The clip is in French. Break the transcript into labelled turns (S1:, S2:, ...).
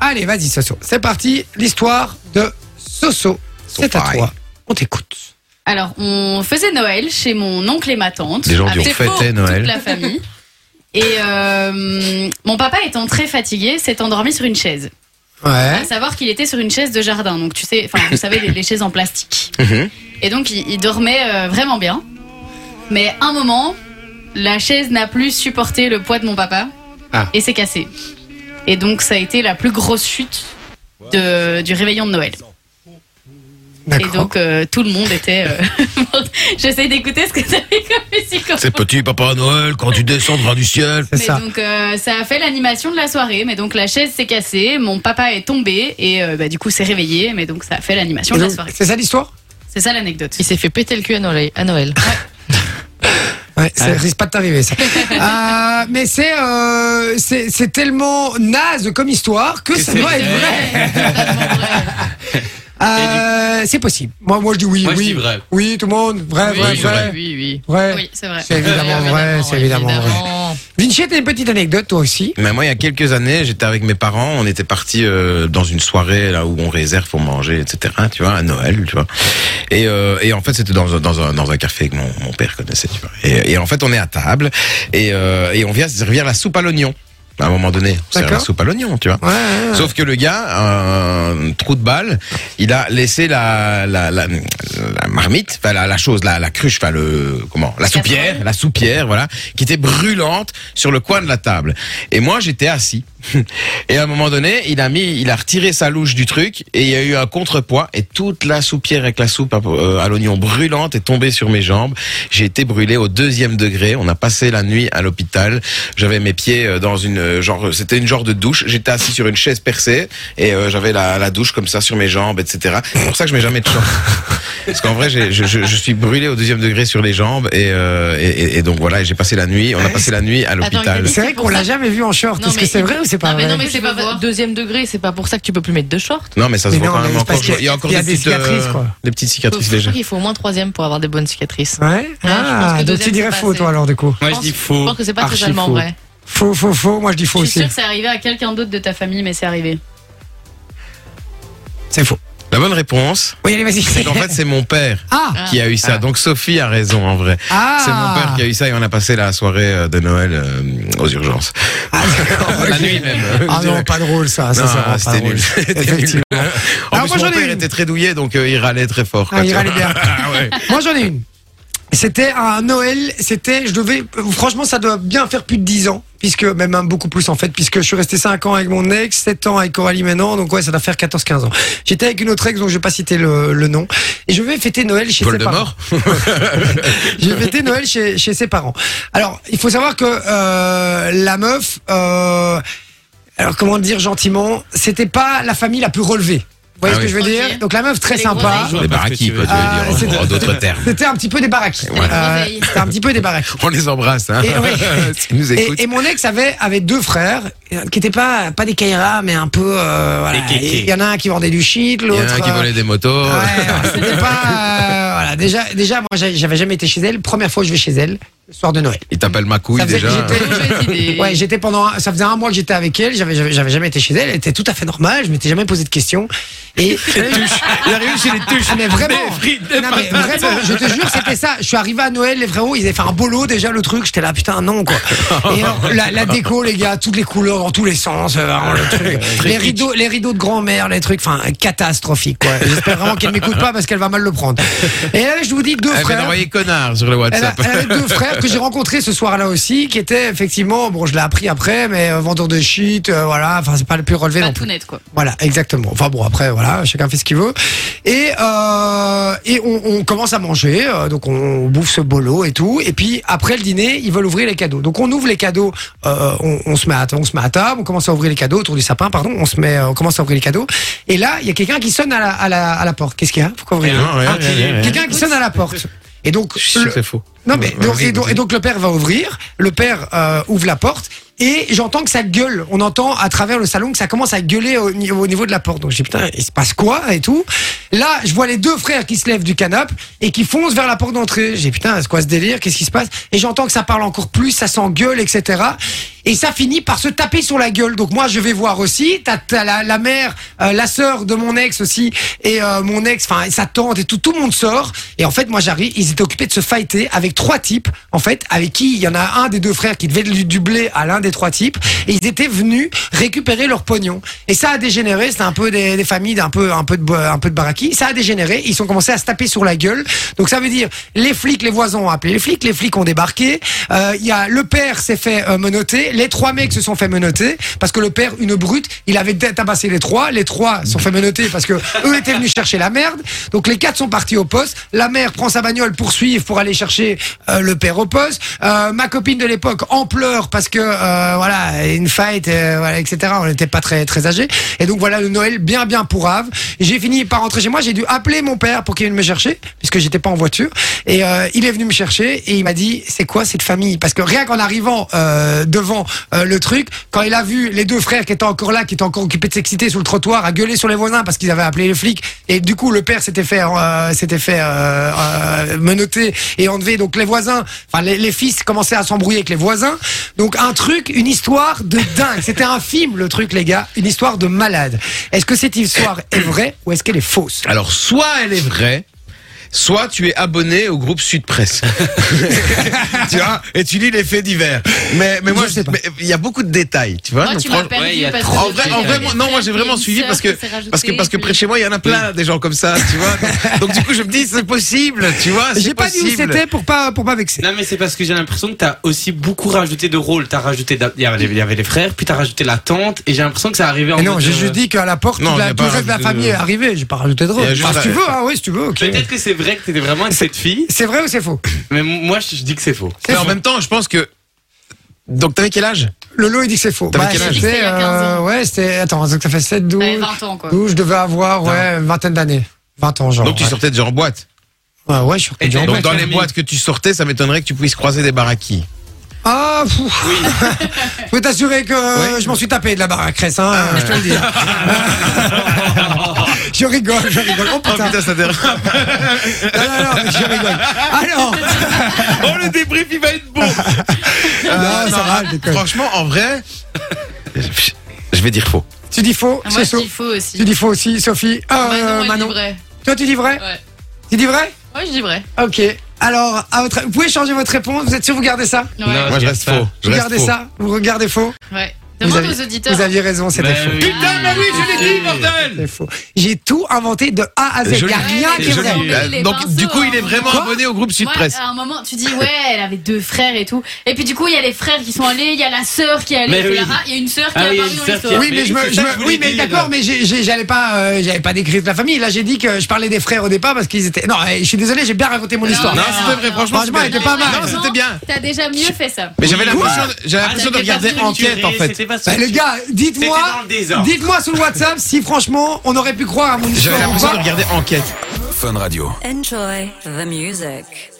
S1: Allez, vas-y, Soso. C'est parti, l'histoire de Soso. C'est à
S2: fine.
S1: toi. On t'écoute.
S3: Alors, on faisait Noël chez mon oncle et ma tante.
S2: Les gens
S3: avec
S2: qui ont fêté
S3: toute
S2: Noël.
S3: la famille. Et euh, mon papa étant très fatigué, s'est endormi sur une chaise.
S1: Ouais.
S3: À savoir qu'il était sur une chaise de jardin. Donc, tu sais, enfin, vous savez, les, les chaises en plastique.
S2: Mhm.
S3: Et donc, il, il dormait euh, vraiment bien. Mais un moment, la chaise n'a plus supporté le poids de mon papa
S1: Ah.
S3: et s'est cassée. Et donc, ça a été la plus grosse chute de- du réveillon de Noël. Et
S1: D'accord.
S3: donc euh, tout le monde était. euh, J'essaie d'écouter ce que ça fait comme musique. en
S2: C'est petit papa Noël quand tu descends devant du ciel.
S1: C'est
S3: Mais
S1: ça.
S3: donc euh, ça a fait l'animation de la soirée, mais donc la chaise s'est cassée, mon papa est tombé et euh, bah, du coup s'est réveillé, mais donc ça a fait l'animation
S1: Et
S3: de la
S1: donc,
S3: soirée.
S1: C'est ça l'histoire
S3: C'est ça l'anecdote.
S4: Il s'est fait péter le cul à Noël. À Noël.
S1: Ouais, ça risque pas de t'arriver, ça. Euh, mais c'est euh, c'est c'est tellement naze comme histoire que ça doit être vrai. Euh, c'est possible. Moi, moi, je dis oui.
S5: Moi, je
S1: oui.
S5: dis vrai.
S1: Oui, tout le monde. Vrai, vrai,
S5: oui,
S1: vrai.
S4: oui, oui.
S1: Vrai.
S3: Oui, c'est vrai.
S1: C'est évidemment vrai. Euh, C'est évidemment, vrai.
S4: Ah,
S1: Vinci, t'as une petite anecdote, toi aussi.
S2: Mais moi, il y a quelques années, j'étais avec mes parents, on était partis euh, dans une soirée là où on réserve pour manger, etc. Tu vois, à Noël, tu vois. Et, euh, et en fait, c'était dans, un- dans, un, dans un café que mon, mon père connaissait, tu vois. Et, et en fait, on est à table et, euh, et on vient se servir la soupe à l'oignon. À un moment donné, on sert la
S1: D'accord.
S2: soupe à l'oignon, tu vois.
S1: Ouais, ouais, ouais.
S2: Sauf que le gars, un trou de balle, il a laissé la, la, la, la marmite, enfin la, la chose, la, la cruche, enfin le comment, la soupière, la soupière, voilà, qui était brûlante sur le coin de la table. Et moi, j'étais assis. Et à un moment donné, il a mis, il a retiré sa louche du truc et il y a eu un contrepoids et toute la soupière avec la soupe à, euh, à l'oignon brûlante est tombée sur mes jambes. J'ai été brûlé au deuxième degré. On a passé la nuit à l'hôpital. J'avais mes pieds euh, dans une euh, genre, c'était une genre de douche. J'étais assis sur une chaise percée et euh, j'avais la, la douche comme ça sur mes jambes, etc. C'est pour ça que je mets jamais de short. Parce qu'en vrai, j'ai- je, je, je suis brûlé au deuxième degré sur les jambes et, euh, et- et, et donc voilà. Et j'ai passé la nuit. On a passé la nuit à
S3: Attends,
S2: l'hôpital.
S3: Gabi,
S1: C'est vrai qu'on l'a jamais vu en short.
S3: Non,
S1: Est-ce que
S3: mais-
S1: c'est vrai ou c'est pas
S3: Non, mais
S1: vrai
S3: non, mais
S4: C'est pas
S3: voir.
S4: deuxième degré, c'est pas pour ça que tu peux plus mettre de shorts.
S2: Non, mais ça se
S1: Mais
S2: voit
S1: non,
S2: quand
S1: mais
S2: même
S1: c'est
S2: encore.
S1: parce qu'il y a-
S2: Il y a encore
S1: il y a
S2: des,
S1: des
S2: petites, euh,
S1: cicatrices, quoi.
S2: des petites
S4: Je
S2: cicatrices
S4: crois
S2: légères.
S4: qu'il faut au moins troisième pour avoir des bonnes cicatrices.
S1: Ouais.
S4: je pense
S1: Ah,
S4: que
S1: donc tu
S4: deuxième,
S1: dirais
S4: c'est
S1: faux,
S4: passé.
S1: toi, alors, du coup.
S5: Moi, je
S4: pense-
S5: dis
S4: Je
S5: faux.
S4: pense que c'est pas
S5: Archi
S4: totalement
S5: faux.
S4: vrai.
S1: Faux, faux, faux. Moi, je dis faux
S3: Je
S1: aussi.
S3: suis sûre que c'est arrivé à quelqu'un d'autre de ta famille, mais c'est arrivé.
S1: C'est faux.
S2: La bonne réponse,
S1: Oui, allez, vas-y.
S2: c'est qu'en fait, c'est mon père
S1: Ah,
S2: qui a eu ça.
S1: Ah.
S2: Donc Sophie a raison, en vrai.
S1: ah.
S2: C'est mon père qui a eu ça et on a passé la soirée euh, de Noël euh, aux urgences.
S1: Ah, d'accord.
S2: La nuit même.
S1: Ah non, pas drôle ça. ça,
S2: Non,
S1: c'est vraiment pas
S2: c'était
S1: drôle.
S2: nul. C'était nul.
S1: Effectivement.
S2: En
S1: Alors, moi,
S2: plus, mon
S1: j'en ai
S2: père
S1: une.
S2: était très douillé, donc euh, il râlait très fort.
S1: Ah,
S2: quoi,
S1: il
S2: tu vois.
S1: râlait bien.
S2: Ah ouais.
S1: Moi j'en ai une. C'était un Noël, c'était, je devais, euh, franchement ça doit bien faire plus de 10 ans, puisque même hein, beaucoup plus en fait, puisque je suis resté 5 ans avec mon ex, 7 ans avec Coralie maintenant, donc ouais ça doit faire 14-15 ans. J'étais avec une autre ex, donc je vais pas citer le, le nom, et je vais fêter Noël chez ses parents.
S2: Voldemort
S1: J'ai fêté Noël chez, chez ses parents. Alors, il faut savoir que euh, la meuf, euh, alors comment le dire gentiment, c'était pas la famille la plus relevée. Vous voyez
S2: Ah
S1: ce que
S2: oui.
S1: je veux dire
S3: Ok.
S1: Donc la meuf très
S3: Les
S1: sympa.
S3: gros
S5: vois
S2: Les
S5: pas ce
S2: baraquis,
S5: que tu
S2: quoi, tu veux
S5: veux
S1: dire.
S2: dire,
S1: Ah,
S2: en- en d'autres termes.
S1: C'était un petit peu des baraques. Euh,
S3: Réveil.
S1: c'était un petit peu des baraques.
S2: On les embrasse, hein.
S1: Et ouais.
S2: S'ils nous
S1: Et,
S2: écoutent.
S1: et mon ex avait, avait deux frères euh, qui n'étaient pas, pas des Kaira, mais un peu. euh, voilà.
S5: Des kékés.
S1: Il y en a un qui vendait du shit,
S2: Il y
S1: l'autre.
S2: en a un qui
S1: euh,
S2: volait des motos.
S1: Ouais, ouais, c'était pas. euh, voilà. Déjà, déjà, moi, j'a- j'avais jamais été chez elle. Première fois que je vais chez elle, le soir de Noël.
S2: Il t'appelle ma couille
S1: Ça faisait-
S2: déjà.
S1: j'étais-
S4: idée.
S1: Ouais, j'étais pendant. un- Ça faisait un mois que j'étais avec elle. J'avais, j'avais, j'avais jamais été chez elle. Elle était tout à fait normale. Je m'étais jamais posé de questions. Et
S5: Il arrive chez les touches.
S1: Ah, mais vraiment,
S5: Des frites, des
S1: Non, mais
S5: patates.
S1: vraiment, je te jure, c'était ça. Je suis arrivé à Noël, les frérots, ils avaient fait un bolo déjà le truc. J'étais là, putain, non quoi. Et alors, la, la déco, les gars, toutes les couleurs dans tous les sens, euh, vraiment, le truc. les rideaux, les rideaux de grand-mère, les trucs, enfin, catastrophique quoi. J'espère vraiment qu'elle m'écoute pas parce qu'elle va mal le prendre. Et là, je vous dis deux
S2: Elle vient
S1: frères.
S2: d'envoyer connard sur le
S1: Elle, a-
S2: WhatsApp.
S1: elle avait deux frères que j'ai rencontrés ce soir-là aussi, qui étaient effectivement, bon, je l'ai appris après, mais euh, vendeur de shit, euh, voilà, enfin, c'est pas le plus relevé
S3: Pas
S1: non plus.
S3: tout net quoi.
S1: Voilà, exactement. Enfin bon, après, voilà, chacun fait ce qu'il veut. Et, euh, et on, on commence à manger, euh, donc on, on bouffe ce bolo et tout. Et puis après le dîner, ils veulent ouvrir les cadeaux. Donc on ouvre les cadeaux, euh, on, on se met à, on se met à table, on commence à ouvrir les cadeaux autour du sapin, pardon. On se met, euh, on commence à ouvrir les cadeaux. Et là, il y a quelqu'un qui sonne à la, à la, à la porte. Qu'est-ce qu'il y a Pourquoi ouvrir
S2: Rien,
S1: Ah,
S2: rien, rien, rien.
S1: Quelqu'un qui sonne à la porte. Et donc,
S2: Je suis sûr
S1: le-
S2: que c'est faux.
S1: non mais
S2: Ouais,
S1: donc-
S2: vas-y,
S1: et, donc,
S2: vas-y.
S1: et donc le père va ouvrir, le père euh, ouvre la porte et j'entends que ça gueule. On entend à travers le salon que ça commence à gueuler au, ni- au niveau de la porte. Donc j'ai putain, il se passe quoi et tout Là, je vois les deux frères qui se lèvent du canapé et qui foncent vers la porte d'entrée. J'ai dit, putain, c'est quoi ce délire Qu'est-ce qui se passe Et j'entends que ça parle encore plus, ça s'engueule, etc. Et ça finit par se taper sur la gueule. Donc moi, je vais voir aussi. T'as t'as la, la mère, euh, la sœur de mon ex aussi et euh, mon ex, enfin sa tante et tout. Tout le monde sort. Et en fait, moi, j'arrive. Ils étaient occupés de se fighter avec trois types. En fait, avec qui il y en a un des deux frères qui devait du du blé à l'un des trois types. Et ils étaient venus récupérer leur pognon. Et ça a dégénéré. C'était un peu des, des familles d'un peu un peu de bo- un peu de baraki. Ça a dégénéré. Ils ont commencé à se taper sur la gueule. Donc ça veut dire les flics, les voisins ont appelé les flics. Les flics ont débarqué. Euh, Il y a le père s'est fait euh, menotter. Les trois mecs se sont fait menotter parce que le père, une brute, il avait dé- tabassé les trois. Les trois se sont fait menotter parce que eux étaient venus chercher la merde. Donc les quatre sont partis au poste. La mère prend sa bagnole pour suivre pour aller chercher euh, le père au poste. Euh, ma copine de l'époque en pleure parce que euh, voilà une fight, euh, voilà, etc. On n'était pas très très âgés. Et donc voilà le Noël bien bien pourrave. J'ai fini par rentrer chez moi. J'ai dû appeler mon père pour qu'il vienne me chercher puisque j'étais pas en voiture. Et euh, il est venu me chercher et il m'a dit c'est quoi cette famille Parce que rien qu'en arrivant euh, devant euh, le truc, quand il a vu les deux frères qui étaient encore là, qui étaient encore occupés de s'exciter sur le trottoir, à gueuler sur les voisins parce qu'ils avaient appelé les flics. Et du coup le père s'était fait euh, s'était fait euh, euh, menotter et enlever. Donc les voisins, enfin les, les fils commençaient à s'embrouiller avec les voisins. Donc un truc, une histoire de dingue. C'était un film le truc les gars, une histoire de malade. Est-ce que cette histoire est vraie ou est-ce qu'elle est fausse
S2: Alors, soit elle est vraie, soit tu es abonné au groupe Sud Presse. tu vois, et tu lis les faits divers. Mais, mais moi,
S1: Je sais pas.
S2: mais il y a beaucoup de détails, tu vois.
S3: Moi,
S2: donc
S3: tu
S2: franch-
S3: m'as perdu
S5: ouais, il y a
S3: parce
S5: trop-
S2: en
S3: que
S2: vrai, en vrai, moi- non, moi j'ai vraiment suivi parce que parce que parce que près de chez moi il y en a plein des gens comme ça, tu vois. Donc, donc, du coup je me dis c'est possible, tu vois. c'est
S1: J'ai pas dit où
S2: possible.
S1: c'était pour pas pour pas vexer.
S5: Non mais c'est parce que j'ai l'impression que t'as aussi beaucoup rajouté de rôles. T'as rajouté, d'a- il y, avait, il y avait les frères, puis t'as rajouté la tante, et j'ai l'impression que ça arrivait en
S1: Mais Eh non,
S5: mode,
S1: j'ai
S5: euh,
S1: juste dit qu'à la porte,
S2: Non,
S1: tout
S2: on
S1: la-
S2: n'a
S1: tout le
S2: pas
S1: reste de la
S2: rajouté de-
S1: famille est arrivé. J'ai pas rajouté de
S2: Il y
S1: drôle.
S2: a
S1: Enfin,
S2: juste
S1: si tu
S2: la-
S1: veux, hein, oui, si tu veux, ok.
S5: Peut-être que c'est vrai que t'étais vraiment une petite fille,
S1: C'est vrai ou c'est faux
S5: mais moi je, je dis que c'est faux.
S2: Mais en même temps je pense que donc t'avais quel âge
S1: Lolo, il dit que c'est faux. Bah,
S2: T'avais quel âge
S1: c'était, euh,
S3: C'était il y a 15 ans.
S1: ouais, c'était. Attends, donc ça fait 7, 12.
S3: J'avais 20 ans, quoi.
S1: 12, je devais avoir, ouais, une vingtaine d'années. 20 ans, genre.
S2: Donc tu
S1: ouais.
S2: sortais déjà en boîte.
S1: Ouais, ouais, je suis
S5: Et
S1: déjà en
S5: donc-
S2: Donc
S1: boîte.
S2: dans
S5: ouais,
S2: les
S5: oui.
S2: boîtes que tu sortais, ça m'étonnerait que tu puisses croiser des baraquis.
S1: Ah, pfff.
S5: Oui.
S1: Je peux t'assurer que euh, je m'en suis tapé de la barre à Cresse, hein,
S2: Ah,
S1: je te le dis. je rigole, je rigole. Oh
S2: Oh
S1: putain.
S2: putain, ça dérape. Oh,
S1: Non, non, non, mais je rigole. Alors,
S5: Oh le débrief il va être bon.
S2: Ah,
S1: non, Ah, ça va, je déconne.
S2: Franchement, en vrai, je vais dire faux.
S1: Tu dis faux,
S3: Ah, Moi,
S1: c'est
S3: je
S1: faux.
S3: dis faux aussi.
S1: Tu dis faux aussi, Sophie. Euh,
S3: Manon, Bah elle dit
S1: Manon.
S3: vrai.
S1: Toi, tu dis vrai
S3: Ouais.
S1: Tu dis vrai
S4: Ouais, je dis vrai.
S1: Ok. Alors, à votre... vous pouvez changer votre réponse. Vous êtes sûr que vous gardez ça
S5: Non.
S3: Ouais.
S2: Moi, je reste faux. Je
S1: Vous
S2: reste
S1: gardez
S2: faux.
S1: ça Vous regardez faux
S3: ouais.
S1: vous
S3: Demande
S1: avez-
S3: aux auditeurs.
S1: Vous aviez raison, c'était
S5: Ben
S1: faux.
S5: oui.
S2: Putain, mais oui, je l'ai dit,
S5: bordel
S1: C'est faux. J'ai tout inventé de A à Z. Il
S2: Joli.
S1: n'y a rien
S3: Ouais,
S1: qui est
S3: joli.
S1: vrai.
S3: vrai.
S2: Euh,
S3: Les
S2: Donc
S3: pinceaux,
S2: du coup, il est
S3: hein.
S2: vraiment
S1: Quoi
S2: abonné au groupe Sud
S3: Moi,
S2: Presse.
S3: à un moment, tu dis, ouais, elle avait deux frères et tout. Et puis, du coup, il y a les frères qui sont allés, il y a la sœur qui est allée.
S5: Mais
S3: etc.
S5: oui.
S3: Ah, il y a une sœur qui
S5: Ah
S3: a
S5: oui, il y a
S3: apparu
S5: une
S3: dans
S5: sœur qui
S3: l'histoire.
S1: Oui, mais je me,
S5: Mais
S1: je
S5: c'est ça
S1: me-
S5: que je
S1: oui,
S5: voulais
S1: mais
S5: dire.
S1: d'accord, mais j'ai- j'ai- j'allais pas, euh, j'avais pas décrit toute la famille. Là, j'ai dit que je parlais des frères au départ parce qu'ils étaient. Non, eh, je suis désolé, j'ai bien raconté mon histoire.
S2: Non,
S3: Non,
S2: c'était vrai,
S3: non.
S2: franchement,
S1: Franchement, elle
S2: c'était
S1: était pas mal.
S2: Non, c'était bien.
S3: T'as déjà mieux fait ça.
S2: Mais j'avais
S5: Oui.
S2: l'impression, de- j'avais l'impression de
S3: t'étais
S2: regarder
S3: pas
S2: enquête en fait.
S1: Bah, les gars, dites-moi,
S5: C'était dans le désordre.
S1: dites-moi sur le WhatsApp si franchement on aurait pu croire à mon
S2: J'avais
S1: histoire ou
S2: l'impression de
S1: pas.
S2: regarder enquête.
S6: Fun Radio.
S7: Enjoy the music.